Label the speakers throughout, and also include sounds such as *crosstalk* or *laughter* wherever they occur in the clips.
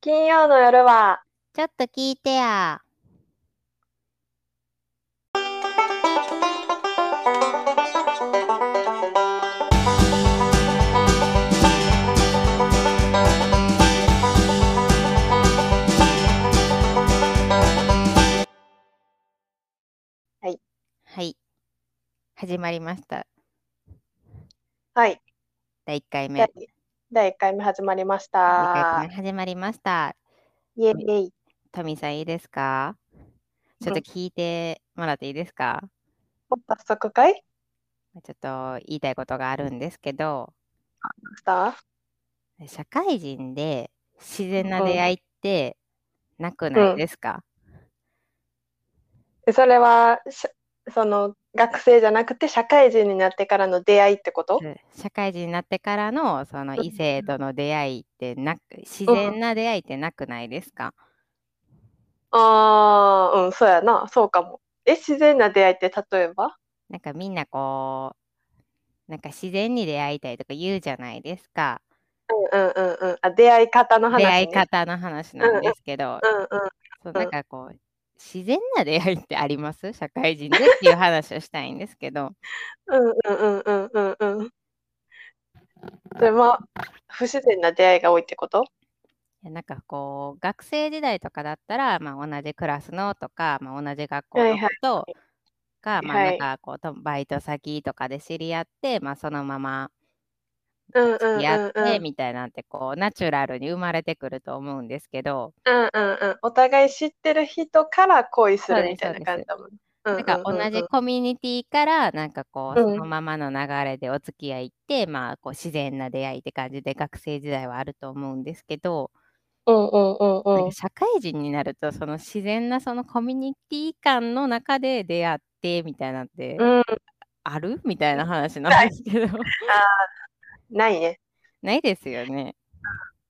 Speaker 1: 金曜の夜は、
Speaker 2: ちょっと聞いてや。
Speaker 1: はい。
Speaker 2: はい。始まりました。
Speaker 1: はい、
Speaker 2: 第1回目。
Speaker 1: 第第1回目始まりまし
Speaker 2: 第一回
Speaker 1: た。
Speaker 2: 目始まりました。
Speaker 1: イエーイ。
Speaker 2: トミーさんいいですかちょっと聞いてもらっていいですか
Speaker 1: もう早速かい
Speaker 2: ちょっと言いたいことがあるんですけど、
Speaker 1: マスタ
Speaker 2: 社会人で自然な
Speaker 1: うん
Speaker 2: 出会いってなくな
Speaker 1: うん
Speaker 2: いですか、
Speaker 1: ーそれは、しその、学生じゃなくて社会人になってからの出会いってこと
Speaker 2: そう社会人になってからのその
Speaker 1: うん
Speaker 2: 異性との出会いってなく、自然な出会いってなくないですか、
Speaker 1: ああ、うん、そうやな、そうかも。え、自然な出会いって例えば
Speaker 2: なんかみんなこう、なんか自然に出会いたいとか言うじゃないですか。
Speaker 1: うんうんうんうん。あ、出会い方の話、ね。
Speaker 2: 出会い。方の話なんですけ
Speaker 1: うん
Speaker 2: ど、
Speaker 1: うん。
Speaker 2: そう
Speaker 1: うん
Speaker 2: なんかこう、自然な出会いってあります社会人でっていう話をしたいんですけど。
Speaker 1: うんうんうんうんうんうん。でも、不自然な出会いが多いってこと
Speaker 2: いやなんかこう学生時代とかだったら、まあ、同じクラスのとか、まあ、同じ学校
Speaker 1: はい
Speaker 2: の
Speaker 1: はい
Speaker 2: ことが、まあ、
Speaker 1: は
Speaker 2: ないんかこうとバイト先とかで知り合って、まあ、そのまま
Speaker 1: うんうんうん
Speaker 2: 付き合っ
Speaker 1: うん
Speaker 2: て。みたいなんてこうナチュラルに生まれてくると思うんですけど、
Speaker 1: うんうんうん、お互い知ってる人から恋す
Speaker 2: そう
Speaker 1: る
Speaker 2: です
Speaker 1: みたいな感じだもん。
Speaker 2: なんか同じコミュニティからなんかこう
Speaker 1: うん
Speaker 2: そのままの流れでお付き合いって、まあ、こう自然な出会いって感じで学生時代はあると思うんですけど、
Speaker 1: うんうんうんうん
Speaker 2: な
Speaker 1: うんん
Speaker 2: か社会人になるとその自然なそのコミュニティ感の中で出会ってみたいなって
Speaker 1: うん。うん、
Speaker 2: あるみたいな話なんですけど
Speaker 1: ないね。
Speaker 2: *laughs* ないですよね。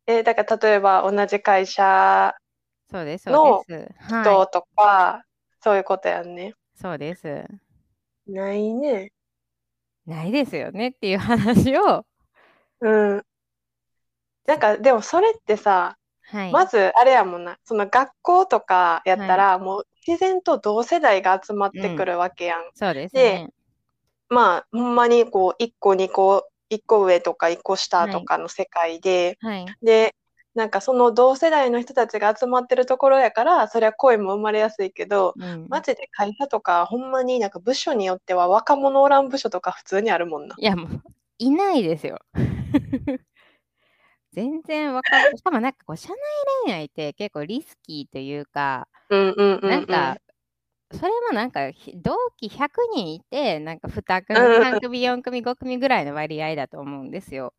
Speaker 1: えーだから例えば同じ会社
Speaker 2: そうですそ
Speaker 1: の
Speaker 2: うです。は
Speaker 1: ととか、そういうことやんね。
Speaker 2: い、そうです。
Speaker 1: ないね。
Speaker 2: ないですよねっていう話を、
Speaker 1: うん。なんかでもそれってさ、
Speaker 2: はい、
Speaker 1: まずあれやもんな、その学校とかやったら、もう自然と同世代が集まってくるわけやん。
Speaker 2: そうです
Speaker 1: で
Speaker 2: ね。
Speaker 1: まあ、ほんまにこう、1個2個、1個上とか1個下とかの世界で、
Speaker 2: はい、
Speaker 1: で、なんかその同世代の人たちが集まってるところやから、そりゃ恋も生まれやすいけど、
Speaker 2: うん、
Speaker 1: マジで会社とか、ほんまになんか部署によっては若者おらん部署とか普通にあるもんな。
Speaker 2: いやもういないですよ。 *laughs* 全然わかる。しかもなんかこう社内恋愛って結構リスキーというか、
Speaker 1: うんうんうん、うん。
Speaker 2: なんか、それもなんかひ同期100人いてなんか2組
Speaker 1: うんうん
Speaker 2: 3組4組5組ぐらいの割合だと思うんですよ。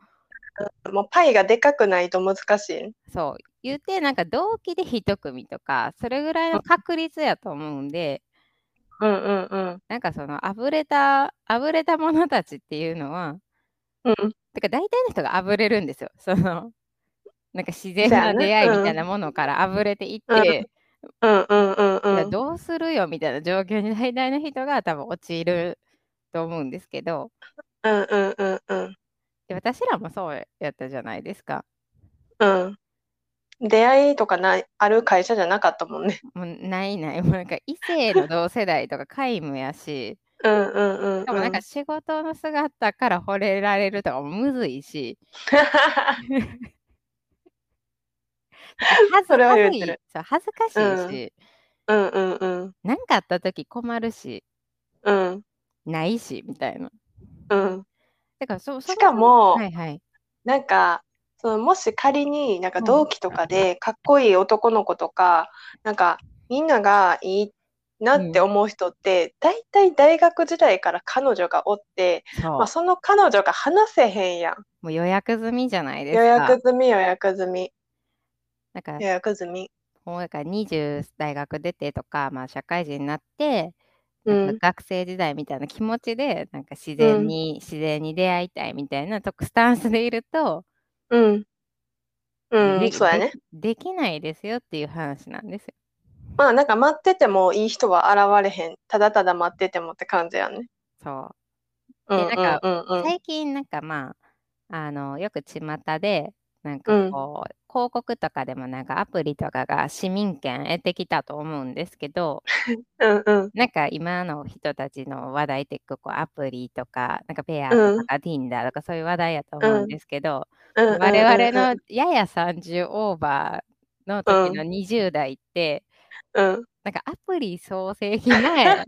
Speaker 1: もうパイがでかくないと難しい。
Speaker 2: そう言ってなんか同期で1組とかそれぐらいの確率やと思うんで
Speaker 1: うんうんうん。
Speaker 2: なんかそのあぶれたあぶれた者たちっていうのは
Speaker 1: うん。
Speaker 2: てか大体の人があぶれるんですよ。そのなんか自然
Speaker 1: そうや
Speaker 2: な
Speaker 1: な
Speaker 2: 出会いみたいなものからあぶれていって、
Speaker 1: うんうんうんう
Speaker 2: い
Speaker 1: ん。
Speaker 2: やどうするよみたいな状況に大体の人が多分陥ると思うんですけど。
Speaker 1: うんうんうんうん。
Speaker 2: で私らもそうやったじゃないですか。
Speaker 1: うん。出会いとかない、ある会社じゃなかったもんね。
Speaker 2: もうないない、 *laughs* もうなんか異性の同世代とか皆無やし、
Speaker 1: *laughs* うんうんうん、うん。
Speaker 2: しかもなんか仕事の姿から惚れられるとかもむずいし、恥ず
Speaker 1: *laughs* それは
Speaker 2: か
Speaker 1: 言う
Speaker 2: しい
Speaker 1: てる
Speaker 2: そう恥ずかしいし、
Speaker 1: *laughs* うんうんうん。
Speaker 2: なんかあった時困るし、
Speaker 1: うん
Speaker 2: ないしみたいな。
Speaker 1: うん。
Speaker 2: だからそう
Speaker 1: しかも
Speaker 2: はいはい。
Speaker 1: なんか、そのもし仮になんか
Speaker 2: うん
Speaker 1: 同期とかでかっこいい男の子とか、なんかみんながいいなって思う人って、大体大学時代から彼女がおって、
Speaker 2: そう、
Speaker 1: まあ、その彼女が話せへんやん。
Speaker 2: もう予約済みじゃないです
Speaker 1: 予
Speaker 2: か。
Speaker 1: 約済み、予約済み、
Speaker 2: だから
Speaker 1: 予約済み。
Speaker 2: もうだから20大学出てとか、まあ、社会人になって、
Speaker 1: うん
Speaker 2: なんか学生時代みたいな気持ちでなんか自
Speaker 1: うん
Speaker 2: 然に、自然に出会いたいみたいなとスタンスでいると、
Speaker 1: うん。う
Speaker 2: で
Speaker 1: ん、そうやね。
Speaker 2: でできないですよっていう話なんですよ。
Speaker 1: まあなんか待っててもいい人は現れへん。ただただ待っててもって感じやね。
Speaker 2: そう
Speaker 1: うん
Speaker 2: でなんか
Speaker 1: うんうんうん。
Speaker 2: 最近なんかまああのよく巷でなんかこう、広告とかでもなんかアプリとかが市民権得てきたと思うんですけど、
Speaker 1: うんうん。
Speaker 2: なんか今の人たちの話題って結構アプリとか、なんかペアとか Tinder とかそういう話題やと思うんですけど、
Speaker 1: うんうん
Speaker 2: 我々のやや30オーバーの時の20代って、
Speaker 1: うんうん。
Speaker 2: なんかアプリ創世
Speaker 1: *laughs*
Speaker 2: 期前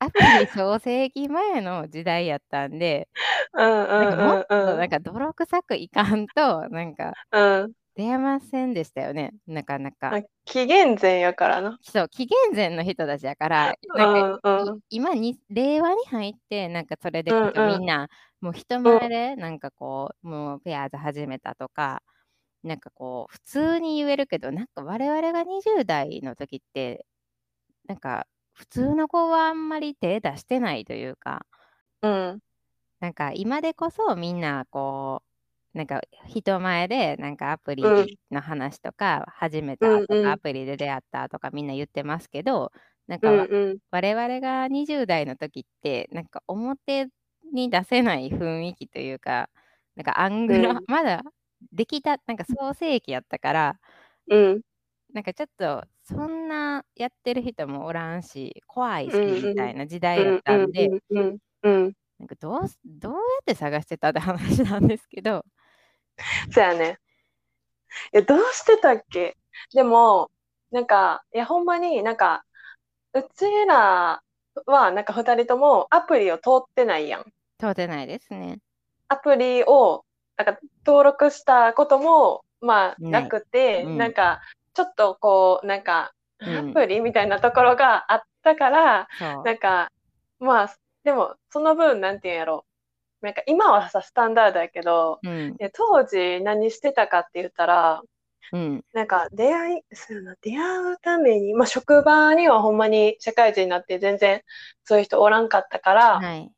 Speaker 2: アプリ創世期前の時代やったんで、
Speaker 1: うんう
Speaker 2: なん
Speaker 1: ん
Speaker 2: かもっ
Speaker 1: うん
Speaker 2: となんか泥臭くいかんと、なんか
Speaker 1: うんうん。
Speaker 2: 出ませんでしたよね、なかなか。
Speaker 1: 紀元前やからな。
Speaker 2: そう、紀元前の人たちやから、
Speaker 1: う
Speaker 2: なんか
Speaker 1: んうん。
Speaker 2: 今に令和に入ってなんかそれで
Speaker 1: うん
Speaker 2: こそ
Speaker 1: うん
Speaker 2: みんな、もう人前でなんかこう、もうペアーズ始めたとかなんかこう普通に言えるけどなんか我々が20代の時ってなんか普通の子はあんまり手出してないというか
Speaker 1: うん
Speaker 2: なんか今でこそみんなこうなんか人前でなんかアプリ
Speaker 1: うん
Speaker 2: の話とか始めたとか、
Speaker 1: うんうん
Speaker 2: アプリで出会ったとかみんな言ってますけどなん
Speaker 1: う
Speaker 2: か
Speaker 1: んうん。
Speaker 2: 我々が20代の時ってなんか表に出せない雰囲気というかなんかアングラ、
Speaker 1: うん
Speaker 2: まだできたなんか創世期やったから
Speaker 1: うん
Speaker 2: なんかちょっとそんなやってる人もおらんし怖いし
Speaker 1: うんうん
Speaker 2: みたいな時代
Speaker 1: う
Speaker 2: だっ
Speaker 1: ん
Speaker 2: たんで、
Speaker 1: うんうん。
Speaker 2: なんかどうすどうやって探してたって話なんですけど、
Speaker 1: そうやね。いや、どうしてたっけでも、なんか、いや、ほんまになんか、うちらは、なんか二人ともアプリを通ってないやん。
Speaker 2: 通ってないですね。
Speaker 1: アプリを、なんか、登録したことも、まあ、
Speaker 2: ない
Speaker 1: なくて、
Speaker 2: うん
Speaker 1: なんか、ちょっとこう、なんか、
Speaker 2: う
Speaker 1: ア
Speaker 2: ん
Speaker 1: プリみたいなところがあったから、
Speaker 2: そう
Speaker 1: なんか、まあ、でも、その分、なんていうんやろ。なんか、今はさ、スタンダードやけど、
Speaker 2: うん
Speaker 1: いや当時何してたかって言ったら、
Speaker 2: うん
Speaker 1: なんか出会い、そうやな出会うために、まあ、職場にはほんまに社会人になって全然そういう人おらんかったから、
Speaker 2: はい、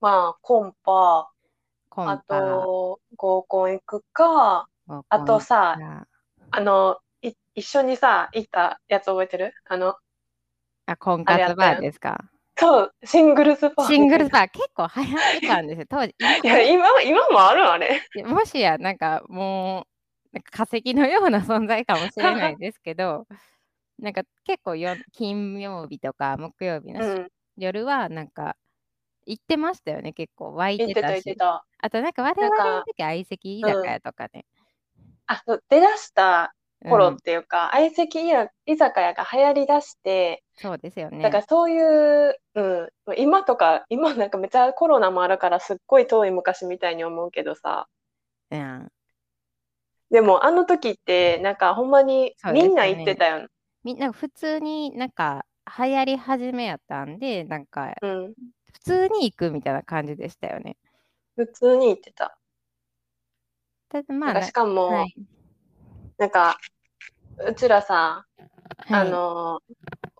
Speaker 1: まあ、コンパ、
Speaker 2: コ
Speaker 1: あ
Speaker 2: ンパ
Speaker 1: と合コン行くか、
Speaker 2: 合コ
Speaker 1: あと
Speaker 2: ン
Speaker 1: さ、
Speaker 2: か
Speaker 1: あの、い一緒にさ、行ったやつ覚えてるあの、
Speaker 2: あ婚
Speaker 1: あれや
Speaker 2: 活
Speaker 1: ったや
Speaker 2: バ
Speaker 1: ん
Speaker 2: ーですか
Speaker 1: そう、シングルスパー。
Speaker 2: シングルさ、結構流行ってたんですよ、当時。
Speaker 1: *laughs* いや、今、今もあるんあれ。
Speaker 2: 今もしや、なんかもう、なんか化石のような存在かもしれないです
Speaker 1: *laughs*
Speaker 2: けど、なんか結構よ金曜日とか木曜日の
Speaker 1: う
Speaker 2: し、
Speaker 1: ん。
Speaker 2: 夜は、なんか、行ってましたよね、結構。湧い
Speaker 1: 行っててた、
Speaker 2: た
Speaker 1: 行っ
Speaker 2: し
Speaker 1: て。た。
Speaker 2: あと、なんか我
Speaker 1: なん
Speaker 2: 々
Speaker 1: か
Speaker 2: の時、相席居酒屋とかね。
Speaker 1: あ、そう出だした
Speaker 2: うん
Speaker 1: 頃っていうか、相席居酒屋が流行りだして、
Speaker 2: そうですよね。
Speaker 1: だからそういう、うん、今とか、今なんかめっちゃコロナもあるからすっごい遠い昔みたいに思うけどさ、
Speaker 2: うん、
Speaker 1: でもあの時ってなんかほんまに
Speaker 2: そうです
Speaker 1: みん
Speaker 2: ね
Speaker 1: な行ってたよね。
Speaker 2: みんな普通になんか、流行り始めやったんで、なんか、
Speaker 1: うん、
Speaker 2: 普通に行くみたいな感じでしたよね。
Speaker 1: 普通に行ってた。
Speaker 2: ただ
Speaker 1: な
Speaker 2: まあ、
Speaker 1: んかしかも、
Speaker 2: はい
Speaker 1: なんか、うちらさ、
Speaker 2: はい
Speaker 1: あの、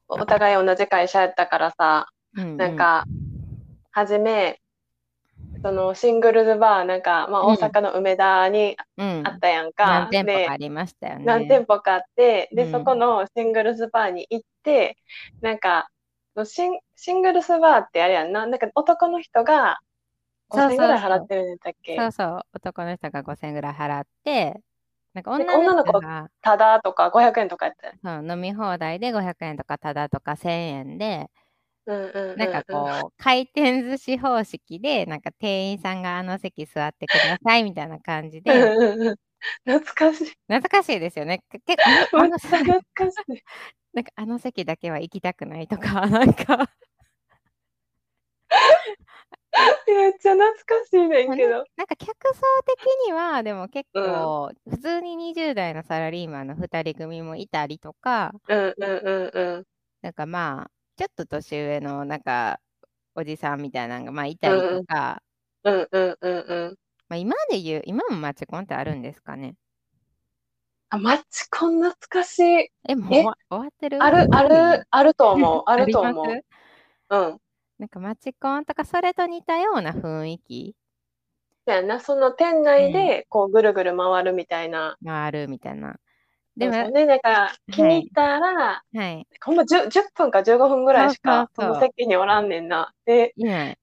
Speaker 1: お互い同じ会社やったからさ、なん、か、はじめ、そのシングルズバー、なんか、まあ、
Speaker 2: うん
Speaker 1: 大阪の梅田に
Speaker 2: うんうんうん
Speaker 1: あったやんか。
Speaker 2: 何店舗
Speaker 1: で
Speaker 2: かありましたよね。
Speaker 1: 何店舗かあって、
Speaker 2: う
Speaker 1: で、
Speaker 2: ん
Speaker 1: そこのシングルスバーに行って、なんか、シンシングルスバーってあれやんな、なんか男の人が
Speaker 2: そうそ
Speaker 1: 5000
Speaker 2: うそう
Speaker 1: 円ぐらい払ってるんやったっけ
Speaker 2: そうそう、男の人が5000円ぐらい払って、なんか
Speaker 1: で
Speaker 2: 女の
Speaker 1: 女の
Speaker 2: 人
Speaker 1: 子
Speaker 2: が
Speaker 1: ただとか500円とかやったよ
Speaker 2: そう飲み放題で500円とかタダとか1000円で、
Speaker 1: うんうんうん。
Speaker 2: なんかこう、回転寿司方式で、なんか店員さんがあの席座ってくださいみたいな感じ
Speaker 1: うん
Speaker 2: で、
Speaker 1: うんうん。懐かしい。
Speaker 2: 懐かしいですよね。け結
Speaker 1: め
Speaker 2: 構、
Speaker 1: *laughs*
Speaker 2: あ
Speaker 1: っ
Speaker 2: の
Speaker 1: ちゃ懐かしい。
Speaker 2: *laughs* なんかあの席だけは行きたくないとか、 *laughs* なんか、
Speaker 1: めっちゃ懐かしいねんけど。
Speaker 2: なんか客層的には、でも結構、普通に20代のサラリーマンの2人組もいたりとか、
Speaker 1: うんうんうんうん。
Speaker 2: なんかまあ、ちょっと年上のなんかおじさんみたいなのがまあいたり
Speaker 1: うんう
Speaker 2: と
Speaker 1: ん
Speaker 2: か、
Speaker 1: うんうんうんうん。
Speaker 2: まあ、今で言う、今もマチコンってあるんですかね。
Speaker 1: あ、マッチコン懐かしい。
Speaker 2: え、も
Speaker 1: え
Speaker 2: う終わ終わってる
Speaker 1: ある、ある、あると
Speaker 2: *laughs*
Speaker 1: 思う。あると
Speaker 2: り
Speaker 1: 思
Speaker 2: ま
Speaker 1: う。
Speaker 2: す
Speaker 1: うん。
Speaker 2: なんかマチコンとか、それと似たような雰囲気
Speaker 1: そうやな、その店内でこうぐるぐる回るみたいな。
Speaker 2: があるみたいな。でも、
Speaker 1: そうそうね、なんか気に入ったら、
Speaker 2: はい。
Speaker 1: ほんま 10, 10分か15分ぐらいしか
Speaker 2: そ
Speaker 1: そう
Speaker 2: そうそう
Speaker 1: の席におらんねんな。で、
Speaker 2: いない。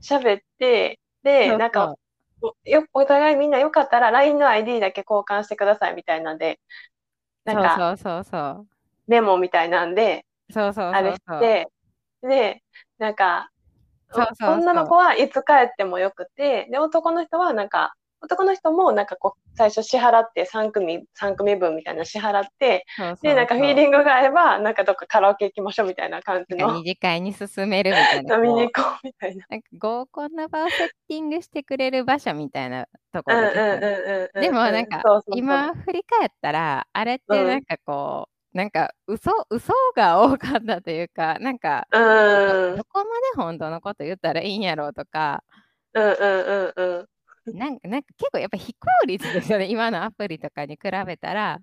Speaker 1: 喋って、で、
Speaker 2: そう
Speaker 1: なん
Speaker 2: そ
Speaker 1: か
Speaker 2: う
Speaker 1: よお互いみんなよかったら LINE の ID だけ交換してくださいみたいなんで、なんか
Speaker 2: そうそうそう
Speaker 1: メモみたいなんで、
Speaker 2: そう。そうそう
Speaker 1: あれ
Speaker 2: そう
Speaker 1: し
Speaker 2: そう。
Speaker 1: て、で、なんか、
Speaker 2: そうそうそう
Speaker 1: 女の子はいつ帰ってもよくて、で、男の人はなんか、男の人もなんかこう、最初支払って3組、三組分みたいなの支払って、
Speaker 2: そうそうそう
Speaker 1: で、なんかフィーリングが合えば、なんかどっかカラオケ行きましょうみたいな感じ
Speaker 2: なんか
Speaker 1: の
Speaker 2: 二次会に進めるみた
Speaker 1: *laughs*
Speaker 2: いな。
Speaker 1: 飲み
Speaker 2: こう
Speaker 1: に行こうみたいな。
Speaker 2: なんか合コンの場をセッティングしてくれる場所みたいなとこ
Speaker 1: うん
Speaker 2: ろ
Speaker 1: うんう
Speaker 2: で,、
Speaker 1: んうんうん。
Speaker 2: でもなんか
Speaker 1: そうそうそう
Speaker 2: 今振り返ったらあれっ
Speaker 1: う
Speaker 2: て
Speaker 1: ん
Speaker 2: なんかこう、なんか嘘嘘が多かったというかなんか、
Speaker 1: うんうん
Speaker 2: どこまで本当のこと言ったらいいんやろうとか
Speaker 1: うんうんうん。
Speaker 2: なんかなんか結構やっぱ非効率ですよね *laughs* 今のアプリとかに比べたら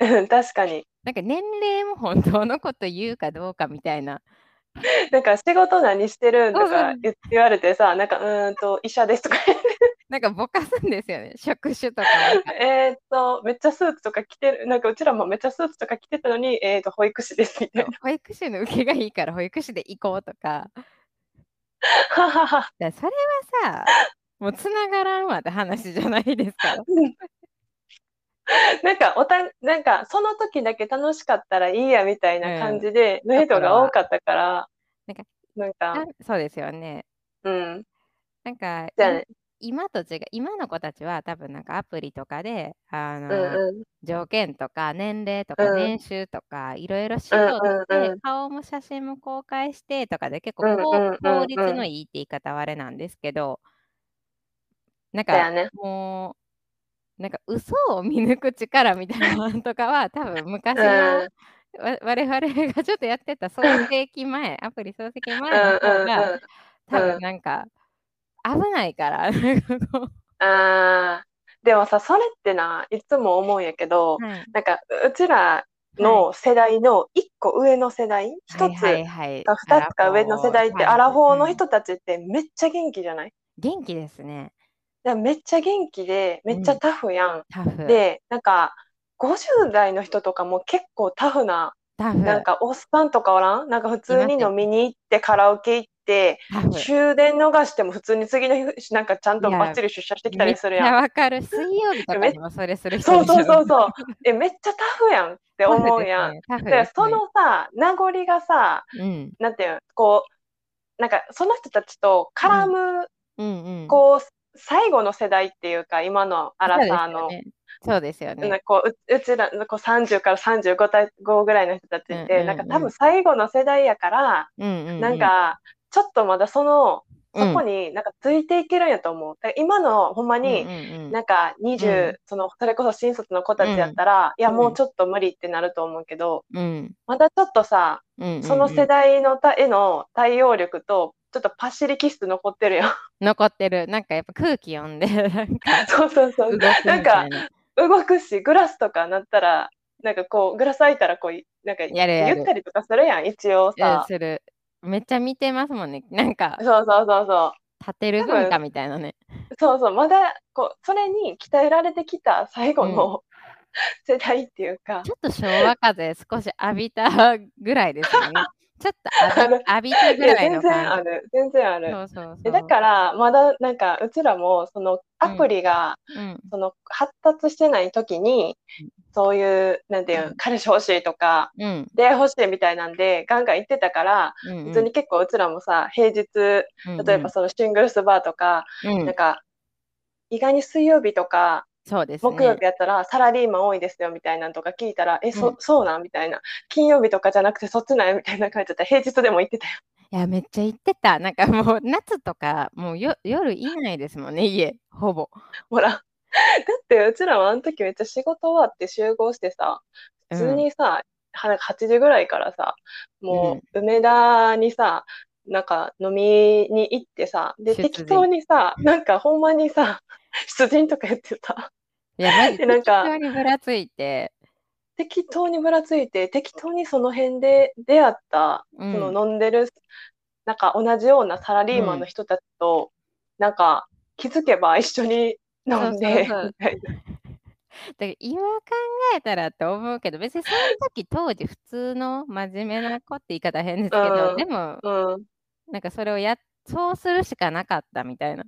Speaker 1: うん *laughs* 確かに。
Speaker 2: なんか年齢も本当のこと言うかどうかみたいな
Speaker 1: なんか仕事何してるんとか
Speaker 2: うん
Speaker 1: 言言われてさ、なんかうーんと医者ですとか、
Speaker 2: なんかぼかすんですよね職種とかなんか
Speaker 1: えーっと、めっちゃスーツとか着てる、なんかうちらもめっちゃスーツとか着てたのに、えーっと、保育士ですみたいな。
Speaker 2: *laughs* 保育士の受けがいいから保育士で行こうとか。 *laughs*
Speaker 1: ははは
Speaker 2: だそれ
Speaker 1: *laughs*
Speaker 2: はさもうつながらんわって話じゃないですか。
Speaker 1: *laughs* なんかおた、なんかその時だけ楽しかったらいいやみたいな感じで、の人が多かったから、
Speaker 2: だか
Speaker 1: なんか
Speaker 2: あ、そうですよね。
Speaker 1: うん、
Speaker 2: なんか、
Speaker 1: じゃあね、
Speaker 2: い今と違う今の子たちは多分なんかアプリとかであの、
Speaker 1: うんうん、
Speaker 2: 条件とか年齢と
Speaker 1: う
Speaker 2: か
Speaker 1: ん
Speaker 2: 年収とかいろいろしようって、
Speaker 1: うんうんう
Speaker 2: 顔も写真も公開してとかで結
Speaker 1: うん
Speaker 2: 構こ
Speaker 1: う
Speaker 2: う、
Speaker 1: んうんうん
Speaker 2: 効率のいいって言い方はあれなんですけどなん
Speaker 1: だよ
Speaker 2: か
Speaker 1: ね。
Speaker 2: もうなんか嘘を見抜く力みたいなのとかは多分昔
Speaker 1: う
Speaker 2: の
Speaker 1: ん、うん
Speaker 2: わ我々がちょっとやってた創世記前、 *laughs* アプリ創世記前の方
Speaker 1: うん
Speaker 2: が、
Speaker 1: う
Speaker 2: 多
Speaker 1: うん
Speaker 2: 分なんか、危ないから、なんかこ
Speaker 1: ん。あーでもさ、それってないつも思うんやけど、
Speaker 2: うはい
Speaker 1: なんかうちらの世代の一個上の世代、一、
Speaker 2: はいはい
Speaker 1: つ
Speaker 2: はい
Speaker 1: か二つか上の世代ってアラフォーの、
Speaker 2: アラフォー三十うん
Speaker 1: 人たちってめっちゃ元気じゃない
Speaker 2: 元気ですね、
Speaker 1: だからめっちゃ元気でめっちゃタフやん。
Speaker 2: タフ。
Speaker 1: でなんか50代の人とかも結構タフな
Speaker 2: タフ、
Speaker 1: なんかおっさんとかおらんなんか普通に
Speaker 2: いますよ
Speaker 1: 飲みに行ってカラオケ行って
Speaker 2: タフ。
Speaker 1: 終電逃しても普通に次の日なんかちゃんと
Speaker 2: いや
Speaker 1: バッチリ出社してきた
Speaker 2: め
Speaker 1: り
Speaker 2: っ
Speaker 1: す
Speaker 2: ち
Speaker 1: るや
Speaker 2: ゃ
Speaker 1: ん。
Speaker 2: わかる。水曜日とかにもそれする人
Speaker 1: そうそうそう
Speaker 2: う。
Speaker 1: そう。えめっちゃタフやんって
Speaker 2: タフ
Speaker 1: 思うやん。
Speaker 2: ですね。タフ
Speaker 1: だから
Speaker 2: ですね
Speaker 1: そのさ名残がさ
Speaker 2: うん
Speaker 1: なんていうのこうなんかその人たちと絡む、
Speaker 2: うんうん。
Speaker 1: こう最後の世代っていうか今のアラサーの、
Speaker 2: そうですよね。
Speaker 1: な
Speaker 2: そうですよ
Speaker 1: ん
Speaker 2: ね。
Speaker 1: かこうううちらこう30から35ぐらいの人たちって、
Speaker 2: うんうんうん
Speaker 1: なんか多分最後の世代やから、
Speaker 2: うんうんうん。
Speaker 1: なんかちょっとまだその
Speaker 2: うん、
Speaker 1: そこになんかついていけるんやと思う。だから今のほんまに、
Speaker 2: うんうんうん
Speaker 1: なんか20、
Speaker 2: う
Speaker 1: そのそれこそ新卒の子たちやったら、いやもうちょっと無理ってなると思うけど、
Speaker 2: うん
Speaker 1: まだちょっとさ
Speaker 2: うんうん
Speaker 1: その
Speaker 2: うん
Speaker 1: 世代のたへの対応力と、ちょっとパシリ気質残ってるよ。
Speaker 2: 残ってる。なんかやっぱ空気読んで、 *laughs* なん
Speaker 1: *laughs*
Speaker 2: か
Speaker 1: そうそうそ
Speaker 2: 動
Speaker 1: う
Speaker 2: くみ。たい
Speaker 1: な
Speaker 2: な。
Speaker 1: ん動くし、グラスとかなったら、なんかこう、グラス開いたら、こう、なんか
Speaker 2: やるやる
Speaker 1: 言ったりとかするやん、一応
Speaker 2: うん
Speaker 1: さ。
Speaker 2: する。めっちゃ見てますもんね。なんか
Speaker 1: そうそうそうそう。
Speaker 2: 立てる文化みたいなね。
Speaker 1: そうそう、まだ、こう、それに鍛えられてきた最後の *laughs* 世代っていうか
Speaker 2: ち。ょっと昭和風少し浴びたぐらいで
Speaker 1: *laughs*
Speaker 2: すよね。ちょっと浴び浴びた
Speaker 1: い
Speaker 2: ぐ
Speaker 1: や、
Speaker 2: らい
Speaker 1: 全
Speaker 2: の
Speaker 1: 然あ
Speaker 2: 感
Speaker 1: る、全然あ
Speaker 2: じ。
Speaker 1: る。
Speaker 2: そうそうそ
Speaker 1: え
Speaker 2: う。
Speaker 1: だから、まだ、なんか、うちらも、その、アプリが、
Speaker 2: うん、
Speaker 1: その発達してない時にそういうなんていううん彼氏欲しいとか
Speaker 2: うん、
Speaker 1: 出会い欲しいみたいなんでガンガン行ってたから
Speaker 2: うん。
Speaker 1: 普通に結構うちらもさ平日
Speaker 2: うん、
Speaker 1: 例えばそのシングルスバーとか
Speaker 2: うん、う
Speaker 1: なん
Speaker 2: ん、
Speaker 1: か意外に水曜日とか
Speaker 2: そうですね。
Speaker 1: 木曜日やったらサラリーマン多いですよみたいなのとか聞いたらえ
Speaker 2: うん
Speaker 1: そそうなんみたいな金曜日とかじゃなくてそっちなんやみたいな感じだった平日でも行ってたよ
Speaker 2: いや、めっちゃ行ってた。なんかもう夏とか、もうよ夜いないですもんね、家、ほぼ。
Speaker 1: ほら *laughs* だってうちらはあの時めっちゃ仕事終わって集合してさ普通にさ、はなんか8時ぐらいからさもう梅田にさなんか飲みに行ってさで
Speaker 2: 出陣
Speaker 1: 適当にさなんかほんまにさ出陣とかやってた
Speaker 2: いや、マジ
Speaker 1: で
Speaker 2: で
Speaker 1: なんか
Speaker 2: 適当にぶらついて、
Speaker 1: 適当にぶらついて適当にその辺で出会った、
Speaker 2: うん
Speaker 1: その飲んでるなんか同じようなサラリーマンの人たちと、なんか気づけば一緒に飲んで
Speaker 2: そうそうそう
Speaker 1: みたいな
Speaker 2: だから今考えたらと思うけど別にその時当時普通の真面目な子って言い方変ですけど、
Speaker 1: うん
Speaker 2: でも
Speaker 1: うん
Speaker 2: なんかそれをやそうするしかなかったみたいな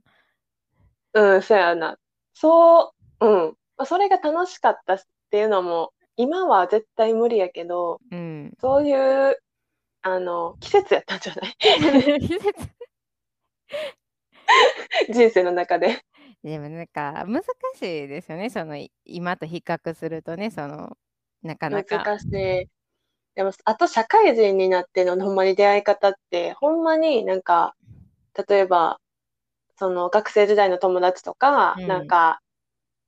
Speaker 1: うん、そうやな。そう、うん。まあ、それが楽しかったっていうのも、今は絶対無理やけど、 *laughs*
Speaker 2: うん。
Speaker 1: そういう、あの、季節やったんじゃない *laughs* 人生の中で。
Speaker 2: でもなんか難しいですよね、そのい今と比較するとね、そのなかな
Speaker 1: 難
Speaker 2: か。
Speaker 1: しい。でも、あと社会人になっての、ほんまに出会い方って、ほんまになんか、例えば、その学生時代の友達とか、
Speaker 2: うん
Speaker 1: なんか、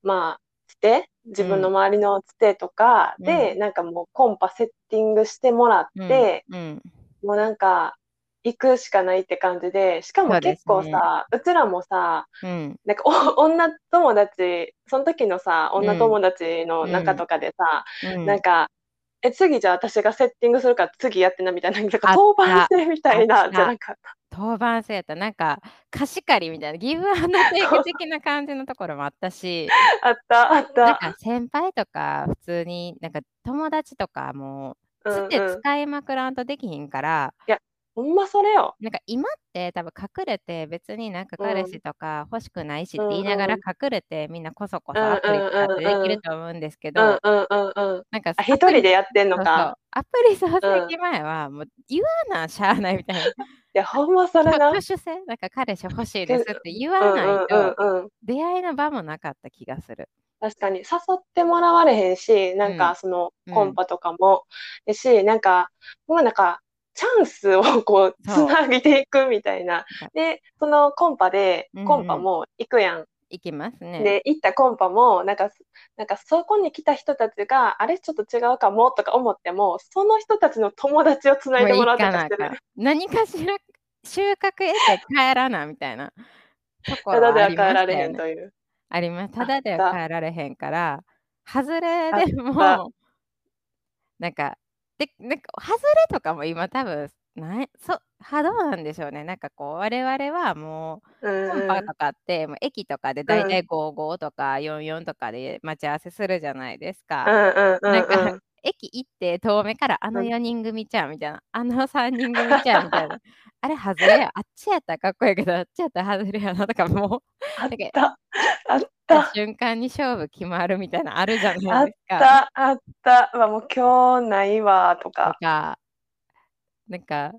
Speaker 1: まあ、つて、自分の周りのつてとかで、なんかもうコンパセッティングしてもら
Speaker 2: うん
Speaker 1: って、
Speaker 2: うん
Speaker 1: もうなんか、行くしかないって感じで、しか
Speaker 2: そ
Speaker 1: も
Speaker 2: うで
Speaker 1: 結
Speaker 2: す
Speaker 1: 構さ、うちらもさ、
Speaker 2: うん
Speaker 1: なんかお女友達、その時のさ、女友達の中とかでさ、
Speaker 2: うん
Speaker 1: なんか、え、次じゃあ私がセッティングするから次やってなみたいな、なん
Speaker 2: あ
Speaker 1: か
Speaker 2: った
Speaker 1: 当番してみたい
Speaker 2: あっ
Speaker 1: な、
Speaker 2: た
Speaker 1: じゃなかった。
Speaker 2: 当番制やったなんか貸し借りみたいなギブア
Speaker 1: *laughs*
Speaker 2: ンドテイク的な感じのところもあったし
Speaker 1: あった、あっ
Speaker 2: なん
Speaker 1: た。
Speaker 2: か先輩とか普通になんか友達とかも
Speaker 1: う
Speaker 2: つ
Speaker 1: ん
Speaker 2: って
Speaker 1: うん。
Speaker 2: 使いまくらんとできひんから、
Speaker 1: ほんまそれよ。
Speaker 2: なんか今って多分隠れて別になんか
Speaker 1: うん
Speaker 2: 彼氏とか欲しくないしって
Speaker 1: うん
Speaker 2: 言いながら
Speaker 1: うん
Speaker 2: 隠れてみんなこそこ
Speaker 1: う
Speaker 2: そ
Speaker 1: ん
Speaker 2: アプリとかってで
Speaker 1: うんうん
Speaker 2: きると思うんですけ
Speaker 1: う
Speaker 2: ど、
Speaker 1: んうんうんうん。
Speaker 2: なんか
Speaker 1: あ、
Speaker 2: ア
Speaker 1: 一
Speaker 2: プリ
Speaker 1: 人でやってんの
Speaker 2: そうそ
Speaker 1: か
Speaker 2: う。アプリ創設前はもう言わなしゃあないみたい
Speaker 1: い
Speaker 2: な。
Speaker 1: や、ほんま *laughs* それな。
Speaker 2: 挙手制なんか彼氏欲しいですって言わない
Speaker 1: うんうん
Speaker 2: と
Speaker 1: うんうん。
Speaker 2: 出会いの場もなかった気がする。
Speaker 1: 確かに誘ってもらわれへんし、なん
Speaker 2: うん
Speaker 1: かその
Speaker 2: うん
Speaker 1: コンパとかも、やし、なんか、もうなんか、チャンスをこう、つ
Speaker 2: そう
Speaker 1: なげていくみたいな
Speaker 2: なんか。
Speaker 1: で、そのコンパで
Speaker 2: うんう、ん
Speaker 1: コンパも行くやん。
Speaker 2: いきますね。
Speaker 1: で、行ったコンパも、なんか、なんかそこに来た人たちが、あれちょっと違うかもとか思っても、その人たちの友達をつないで
Speaker 2: も
Speaker 1: も
Speaker 2: う
Speaker 1: ら
Speaker 2: 行
Speaker 1: ったりし
Speaker 2: かなあ
Speaker 1: て
Speaker 2: かん
Speaker 1: る。
Speaker 2: 何かしら収穫得て帰らなみたいなとこ
Speaker 1: た
Speaker 2: ろ
Speaker 1: だ
Speaker 2: は
Speaker 1: で
Speaker 2: あ
Speaker 1: は
Speaker 2: り
Speaker 1: 帰
Speaker 2: ま
Speaker 1: ら
Speaker 2: し
Speaker 1: れ
Speaker 2: た
Speaker 1: へ
Speaker 2: よ
Speaker 1: ん
Speaker 2: ね。
Speaker 1: という。
Speaker 2: あります。ただで
Speaker 1: あ
Speaker 2: は
Speaker 1: った
Speaker 2: 帰られへんから、外れで
Speaker 1: あっ
Speaker 2: も、なんか、で、なんか、外れとかも今多分、ない、そ、はどうなんでしょうね。なんかこう、我々はも
Speaker 1: う
Speaker 2: う、
Speaker 1: ん
Speaker 2: コン
Speaker 1: う
Speaker 2: パ
Speaker 1: ん。
Speaker 2: とかって、もう駅とかで大体55とか44とかで待ち合わせするじゃないです
Speaker 1: う
Speaker 2: か。
Speaker 1: んうんう
Speaker 2: なん
Speaker 1: ん
Speaker 2: か、
Speaker 1: うん。
Speaker 2: 駅行って遠目からあの
Speaker 1: うん
Speaker 2: 4人組ちゃんみたいな、あの3人組ちゃんみたいな、 *laughs* あれ外れや、あっちやったらかっこいいけど、あっちやったら外れやなとか、もう、
Speaker 1: あっ
Speaker 2: なんか
Speaker 1: た。あっ。
Speaker 2: 行った
Speaker 1: *laughs*
Speaker 2: た瞬間に勝負決まるみたいなのあるじゃな
Speaker 1: あ
Speaker 2: い
Speaker 1: っ
Speaker 2: ですか。
Speaker 1: た、あった。まあ、もう今日ないわ、と
Speaker 2: と
Speaker 1: か。
Speaker 2: か、なんか、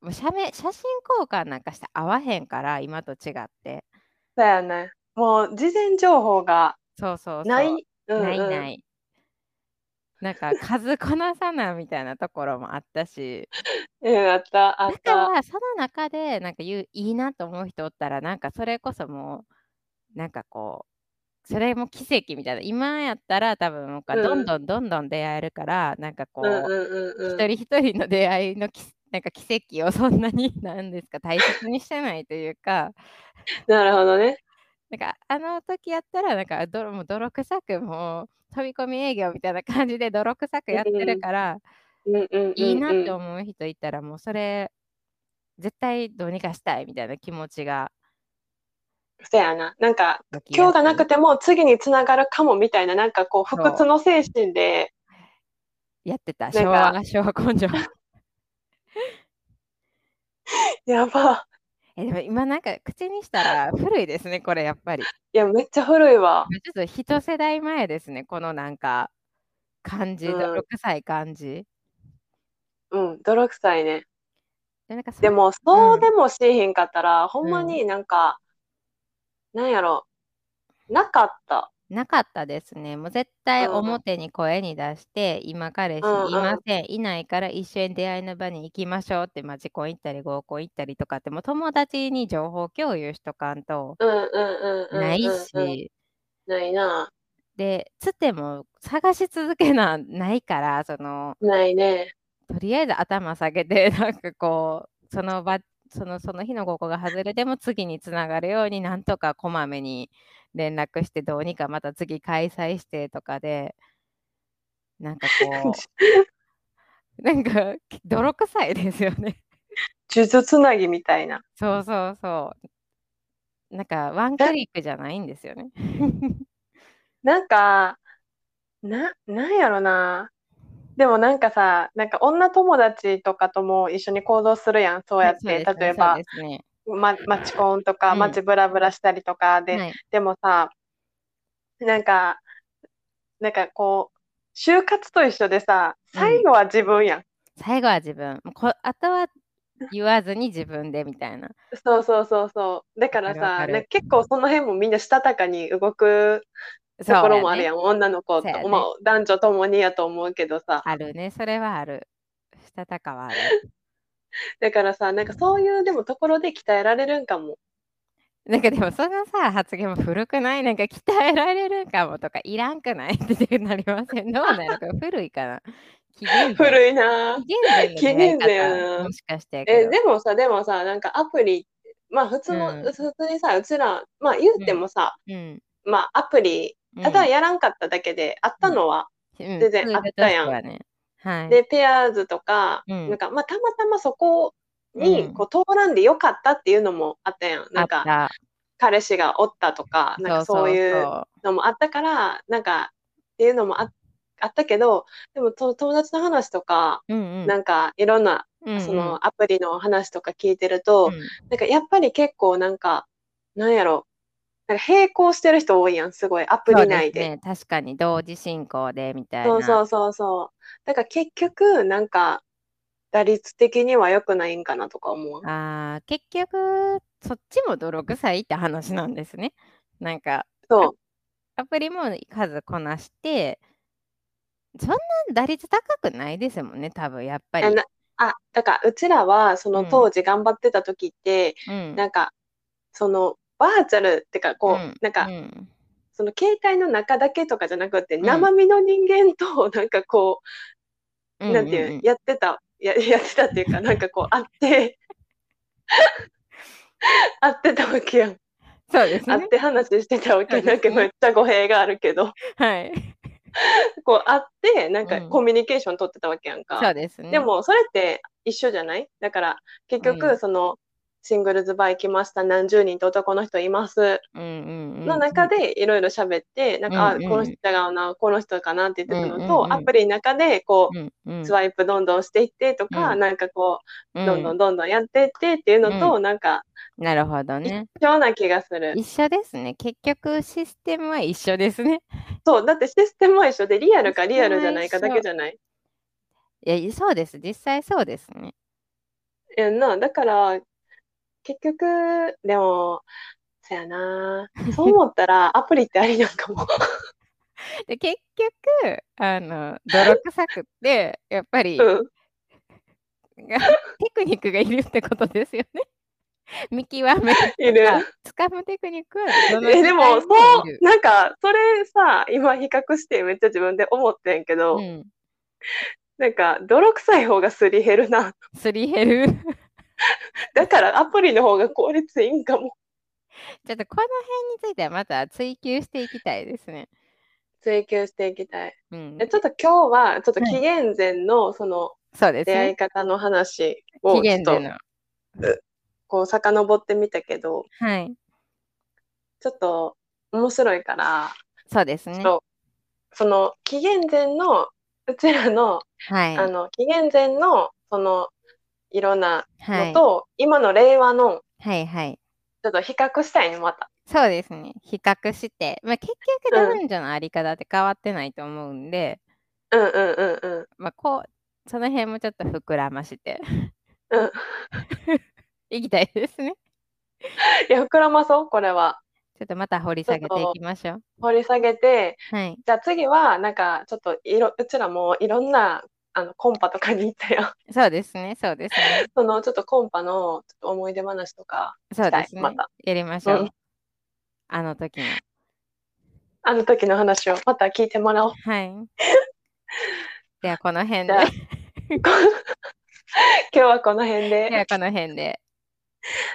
Speaker 2: もう写メ写真交換なんかして合わへんから、今と違って。
Speaker 1: そうやね。もう事前情報が
Speaker 2: そうそうそう。
Speaker 1: ない。うん
Speaker 2: ない
Speaker 1: うん
Speaker 2: ない。なんか、数こなさなみたいなところもあったし、
Speaker 1: うん、あった、あっ
Speaker 2: だか
Speaker 1: た。
Speaker 2: ら、その中で、なんか言う、いいなと思う人おったら、なんか、それこそもう、なんかこう、それも奇跡みたいな。今やったら、多分、なんか、
Speaker 1: うん
Speaker 2: どんどんどんどん出会えるから、なんかこ
Speaker 1: うん
Speaker 2: う、
Speaker 1: うんうん
Speaker 2: 一
Speaker 1: うん。
Speaker 2: 人一人の出会いのきなんか奇跡をそんなに *laughs* 何ですか大切にしてないというか
Speaker 1: なるほどね。
Speaker 2: なんかあの時やったらなんかどもう泥臭くもう飛び込み営業みたいな感じで泥臭くやってるから、
Speaker 1: うんうん
Speaker 2: いい
Speaker 1: うん
Speaker 2: な
Speaker 1: う
Speaker 2: って
Speaker 1: ん。
Speaker 2: 思う人いたらもうそれ絶対どうにかしたいみたいな気持ちが
Speaker 1: そうやな。なんか、
Speaker 2: 湧き
Speaker 1: 今日
Speaker 2: やす
Speaker 1: がないくても次につながるかもみたいな、なんかこう、不
Speaker 2: そう
Speaker 1: 屈の精神で、
Speaker 2: やって
Speaker 1: な
Speaker 2: た
Speaker 1: ん
Speaker 2: 昭
Speaker 1: か
Speaker 2: 和昭和根 *laughs* 性
Speaker 1: やば。
Speaker 2: えでも今なんか口にしたら古いですねこれやっぱり
Speaker 1: いや、めっちゃ古いわ。
Speaker 2: ちょっと一世代前ですねこのなんか感じ
Speaker 1: うん
Speaker 2: 泥臭い感じ
Speaker 1: うん、泥臭いね。
Speaker 2: でなんかそ
Speaker 1: で
Speaker 2: れ
Speaker 1: も、そうでもしへんかったら、ほんま
Speaker 2: うん
Speaker 1: になんか、なんやろ、なかった。
Speaker 2: なかったですね。もう絶対
Speaker 1: うん
Speaker 2: 表に声に出して、今彼氏
Speaker 1: うんうん
Speaker 2: いません、いないから一緒に出会いの場に行きましょうって、まあ、自己行ったり合コン行ったりとかって、もう友達に情報共有しとかんと
Speaker 1: うんうんうんうんうんうん。
Speaker 2: ないし、
Speaker 1: ないな。
Speaker 2: で、つっても探し続けなないから、その、
Speaker 1: ない
Speaker 2: *laughs*
Speaker 1: ね。
Speaker 2: とりあえず頭下げて、 *laughs* なんかこう、その場、そのその日の午後が外れても次につながるようになんとかこまめに連絡してどうにかまた次開催してとかでなんかこ *laughs* うなんか泥臭いですよね *laughs*
Speaker 1: 数珠つなぎみたいな。
Speaker 2: そうそうそうなんかワンクリックじゃないんですよね
Speaker 1: なんか、な、なんやろな。でもなんかさ、なんか女友達とかとも一緒に行動するやん。そうやっ
Speaker 2: そ
Speaker 1: て、
Speaker 2: う *laughs* ですね
Speaker 1: 例えば
Speaker 2: そうですね
Speaker 1: ま、マチコンとか、
Speaker 2: うん
Speaker 1: マチブラブラしたりとかで、
Speaker 2: はい、
Speaker 1: でもさ、なんか、なんかこう、就活と一緒でさ、
Speaker 2: うん
Speaker 1: 最後は自分やん。
Speaker 2: 最後は自分もうこあとは言わずに自分でみたいな
Speaker 1: そうそうそうそう。だから
Speaker 2: わか
Speaker 1: さ、
Speaker 2: るわかる
Speaker 1: なんか結構その辺もみんなしたたかに動くところもあるやん。女の子と、
Speaker 2: そうやね
Speaker 1: まあ男女ともにやと思うけどさ。
Speaker 2: あるね、それはある。したたかはある。
Speaker 1: だからさ、なんかそういうでもところで鍛えられるんかも。
Speaker 2: なんかでもそのさ、発言も古くないなんか鍛えられるかもとか、いらんくないってなりません。どうなの
Speaker 1: *laughs*
Speaker 2: か古いかな。紀元前
Speaker 1: 古いなぁ
Speaker 2: 紀元前
Speaker 1: 紀元
Speaker 2: の出会い
Speaker 1: 前や
Speaker 2: 方
Speaker 1: な
Speaker 2: もしかしてやけど
Speaker 1: え、でもさ、でもさ、なんかアプリ、まあ普通の、
Speaker 2: うん
Speaker 1: 普通にさ、うちら、まあ言うてもさ、
Speaker 2: うん。
Speaker 1: まあアプリ、
Speaker 2: うん
Speaker 1: あとはやらんかっただけで、あったのは、
Speaker 2: うん
Speaker 1: 全然あったやん
Speaker 2: そういうことはねはい。
Speaker 1: で、ペアーズとか、
Speaker 2: うん
Speaker 1: なんか、まあたまたまそこ
Speaker 2: う
Speaker 1: に
Speaker 2: ん
Speaker 1: こう通らんでよかったっていうのもあったやん。
Speaker 2: あ
Speaker 1: なん
Speaker 2: っ
Speaker 1: か、
Speaker 2: た。
Speaker 1: 彼氏がおったとか、なんかそういう
Speaker 2: そ
Speaker 1: のもあったから、なんか、っていうのもああったけど、でもと友達の話とか、
Speaker 2: う。うんうん。
Speaker 1: なんかいろんな
Speaker 2: うんうん
Speaker 1: そのアプリの話とか聞いてると、
Speaker 2: うん
Speaker 1: なんかやっぱり結構なんか、なんやろ、なんか並行してる人多いやん、すごい、アプ
Speaker 2: そう
Speaker 1: リ
Speaker 2: で
Speaker 1: 内
Speaker 2: す
Speaker 1: で。
Speaker 2: ね。確かに同時進行でみたいな。
Speaker 1: そうそうそうそう。だから結局、なんか、打率的には良くないんかなとか思う。
Speaker 2: あー結局そっちも泥臭いって話なんですね。なんか
Speaker 1: そう。
Speaker 2: アプリも数こなしてそんな打率高くないですもんね多分やっぱり。
Speaker 1: えなあ、だからうちらは、その
Speaker 2: うん
Speaker 1: 当時頑張ってた時って、
Speaker 2: うん
Speaker 1: なんか、その、バーチャルってか、こう、
Speaker 2: うん
Speaker 1: なんか、
Speaker 2: うん
Speaker 1: その携帯の中だけとかじゃなくて、
Speaker 2: ん
Speaker 1: 生身の人間と、 *laughs* なんかこう、
Speaker 2: うん
Speaker 1: なんていうう、
Speaker 2: ん
Speaker 1: やってたや、やってたっていうか、なんかこう、会
Speaker 2: *laughs*
Speaker 1: って、会ってたわけやん。
Speaker 2: そうです
Speaker 1: 会っ
Speaker 2: ね。
Speaker 1: て話してたわ
Speaker 2: そ
Speaker 1: け
Speaker 2: うです
Speaker 1: な
Speaker 2: ね
Speaker 1: んかめっちゃ語弊があるけど、
Speaker 2: はい。
Speaker 1: こう、会って、なんか
Speaker 2: うん
Speaker 1: コミュニケーション取ってたわけやん
Speaker 2: そう
Speaker 1: か。
Speaker 2: ですね。
Speaker 1: でも、それって一緒じゃないだから、結
Speaker 2: う
Speaker 1: 局、
Speaker 2: ん
Speaker 1: その、シングルズバー行きました、何十人と男の人います、
Speaker 2: うんうんうん、
Speaker 1: の中でいろいろ喋って、なんか、あ
Speaker 2: うんうん
Speaker 1: この人だよな、この人かなって言ってたのと、
Speaker 2: うんうんうん
Speaker 1: アプリの中で、こ
Speaker 2: うんうん、
Speaker 1: う、スワイプどんどんしていってとか、
Speaker 2: うん
Speaker 1: なんかこう、
Speaker 2: うん
Speaker 1: どんどんどんどんやってってっていうのと、なんか、
Speaker 2: なるほどね。
Speaker 1: 一緒な気がする。
Speaker 2: 一緒ですね。結局システムは一緒ですね。
Speaker 1: そう、だってシステムは一緒で、リアルかリアルじゃないか
Speaker 2: システ
Speaker 1: だ
Speaker 2: ムは一緒
Speaker 1: けじゃない。
Speaker 2: いやそうです。実際そうですね。
Speaker 1: やんな、だから、結局、でも、そや
Speaker 2: *laughs*
Speaker 1: な、そう思ったら、アプリってありなんかも。
Speaker 2: で結局あの泥臭くってやっぱり、
Speaker 1: うん。
Speaker 2: がテクニックがいるってことですよね。 *laughs* 見極めとか、
Speaker 1: いる。
Speaker 2: つかむテクニックはどの
Speaker 1: え、でも、
Speaker 2: 時
Speaker 1: そ
Speaker 2: 代にもいうる、
Speaker 1: なんか、それさ、今比較してめっちゃ自分で思ってんけど、
Speaker 2: うん、
Speaker 1: なんか、泥臭い方がすり減るな。
Speaker 2: すり減る。 *laughs*
Speaker 1: だから、アプリの方が効率いいんかも。
Speaker 2: ちょっとこの辺についてはまた追求していきたいですね。
Speaker 1: 追求していきたい。
Speaker 2: うん
Speaker 1: え、ちょっと今日は、ちょっと
Speaker 2: はい
Speaker 1: 紀元前の、その、
Speaker 2: そうです
Speaker 1: 出会い
Speaker 2: ね。
Speaker 1: 方の話
Speaker 2: 期
Speaker 1: をちょ
Speaker 2: 限
Speaker 1: っ
Speaker 2: で
Speaker 1: と
Speaker 2: の。
Speaker 1: こう遡ってみたけど
Speaker 2: はい。
Speaker 1: ちょっと面白いから、
Speaker 2: そうです
Speaker 1: ちょ
Speaker 2: ね
Speaker 1: っ。とその紀元前のうちらの,、
Speaker 2: はい。
Speaker 1: あの紀元前のそのいろんな
Speaker 2: は
Speaker 1: の
Speaker 2: い。
Speaker 1: と、今の令和の
Speaker 2: はいはい。
Speaker 1: ちょっと比較したいねまた。
Speaker 2: そうですね。比較して、まあ、結局
Speaker 1: うん
Speaker 2: 男女のあり方って変わってないと思うんで、
Speaker 1: うんうんうんうん。
Speaker 2: まあ、こう、その辺もちょっと膨らまして。 *laughs*
Speaker 1: うん。
Speaker 2: いきたいですね。
Speaker 1: いや膨らまそうこれは。
Speaker 2: ちょっとまた掘り
Speaker 1: ちょ
Speaker 2: 下
Speaker 1: っ
Speaker 2: げてい
Speaker 1: と
Speaker 2: きましょう。
Speaker 1: 掘り下げて
Speaker 2: はい。
Speaker 1: じゃあ次はなんかちょっといろうちらもいろんなあのコンパとかに行ったよ。 *laughs*
Speaker 2: そうですね。そうですね。
Speaker 1: そのちょっとコンパのちょっと思い出話とか
Speaker 2: そう
Speaker 1: たい
Speaker 2: ですね。
Speaker 1: また
Speaker 2: やりましょう。
Speaker 1: うん
Speaker 2: あの時の。
Speaker 1: あの時の話をまた聞いてもらおう。 *laughs*
Speaker 2: はい。ではこの辺
Speaker 1: じ
Speaker 2: で
Speaker 1: ゃあ。今日はこの辺
Speaker 2: では
Speaker 1: で。
Speaker 2: この辺で。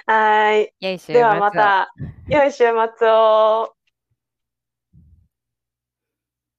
Speaker 1: はーい。
Speaker 2: よいし
Speaker 1: ではまた、良い週末を。